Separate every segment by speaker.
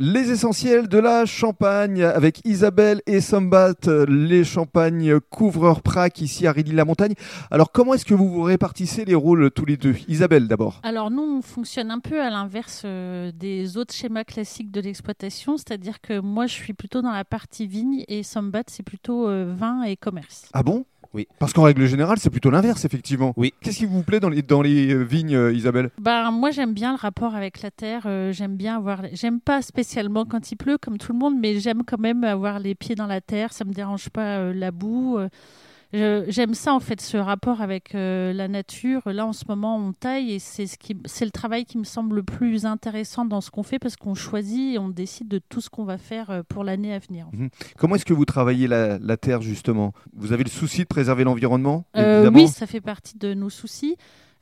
Speaker 1: Les essentiels de la Champagne avec Isabelle et Sombat, les Champagnes couvreurs Prac ici à Rilly-la-Montagne. Alors comment est-ce que vous vous répartissez les rôles tous les deux Isabelle d'abord.
Speaker 2: Alors nous, on fonctionne un peu à l'inverse euh, des autres schémas classiques de l'exploitation, c'est-à-dire que moi, je suis plutôt dans la partie vigne et Sombat, c'est plutôt euh, vin et commerce.
Speaker 1: Ah bon
Speaker 3: Oui.
Speaker 1: Parce qu'en règle générale, c'est plutôt l'inverse effectivement.
Speaker 3: Oui.
Speaker 1: Qu'est-ce qui vous plaît dans les, dans les euh, vignes euh, Isabelle
Speaker 2: Ben, moi, j'aime bien le rapport avec la terre. euh, j'aime bien avoir. J'aime pas spécialement quand il pleut, comme tout le monde, mais j'aime quand même avoir les pieds dans la terre. Ça me dérange pas euh, la boue. euh, je- J'aime ça en fait, ce rapport avec euh, la nature. Là, en ce moment, on taille et c'est ce qui, c'est le travail qui me semble le plus intéressant dans ce qu'on fait parce qu'on choisit et on décide de tout ce qu'on va faire euh, pour l'année à venir.
Speaker 1: Comment est-ce que vous travaillez la, la terre justement Vous avez le souci de préserver l'environnement
Speaker 2: Euh,
Speaker 1: évidemment
Speaker 2: oui, ça fait partie de nos soucis.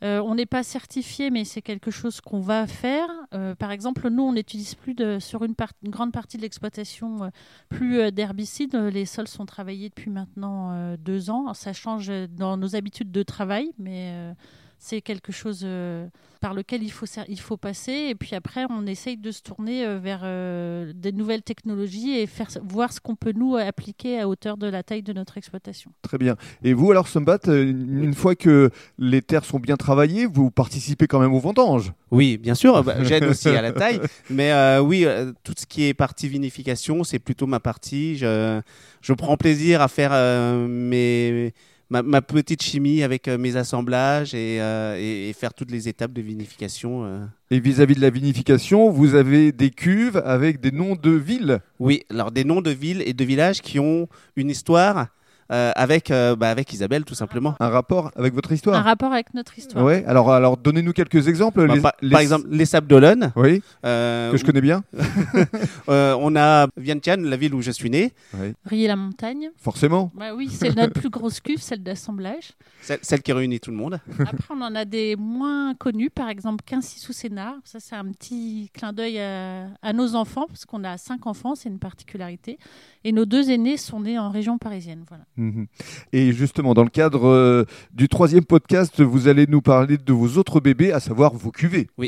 Speaker 2: Euh, on n'est pas certifié, mais c'est quelque chose qu'on va faire. Euh, par exemple, nous, on n'utilise plus de, sur une, part- une grande partie de l'exploitation euh, plus euh, d'herbicides. Euh, Les sols sont travaillés depuis maintenant euh, deux ans. Alors, ça change euh, dans nos habitudes de travail, mais euh, c'est quelque chose euh, par lequel il faut, ser- il faut passer. Et puis après, on essaye de se tourner euh, vers euh, des nouvelles technologies et faire, voir ce qu'on peut nous appliquer à hauteur de la taille de notre exploitation.
Speaker 1: Très bien. Et vous alors Sombat, euh, une une fois que les terres sont bien travaillées, vous participez quand même au vendange
Speaker 3: Oui, bien sûr, bah, j'aide aussi à la taille, mais euh, oui, euh, tout ce qui est partie vinification, c'est plutôt ma partie. Je, je prends plaisir à faire euh, mes, ma, ma petite chimie avec euh, mes assemblages et, euh, et- et faire toutes les étapes de vinification. euh.
Speaker 1: Et vis-à-vis de la vinification, vous avez des cuves avec des noms de villes.
Speaker 3: Oui, alors des noms de villes et de villages qui ont une histoire euh, avec, euh, bah, avec Isabelle, tout simplement.
Speaker 1: Un rapport avec votre
Speaker 2: Un
Speaker 1: histoire.
Speaker 2: rapport avec notre histoire.
Speaker 1: Ouais. Alors, alors donnez-nous quelques exemples.
Speaker 3: Bah,
Speaker 1: Euh, Les-
Speaker 3: par,
Speaker 1: les-
Speaker 3: par exemple, les Sables d'Olonne.
Speaker 1: Oui,
Speaker 3: euh,
Speaker 1: que je connais bien.
Speaker 3: euh, on a Vientiane, la ville où je suis né,
Speaker 2: Riez la montagne.
Speaker 1: Forcément.
Speaker 2: Bah oui, c'est notre plus grosse cuve, celle d'assemblage.
Speaker 3: celle, celle qui réunit tout le monde.
Speaker 2: Après, on en a des moins connus, par exemple Quincy sous Sénard. Ça, c'est un petit clin d'œil à, à nos enfants, parce qu'on a cinq enfants, c'est une particularité. Et nos deux aînés sont nés en région parisienne. Voilà.
Speaker 1: Mhm. Et justement, dans le cadre euh, du troisième podcast, vous allez nous parler de vos autres bébés, à savoir vos cuvées.
Speaker 3: Oui,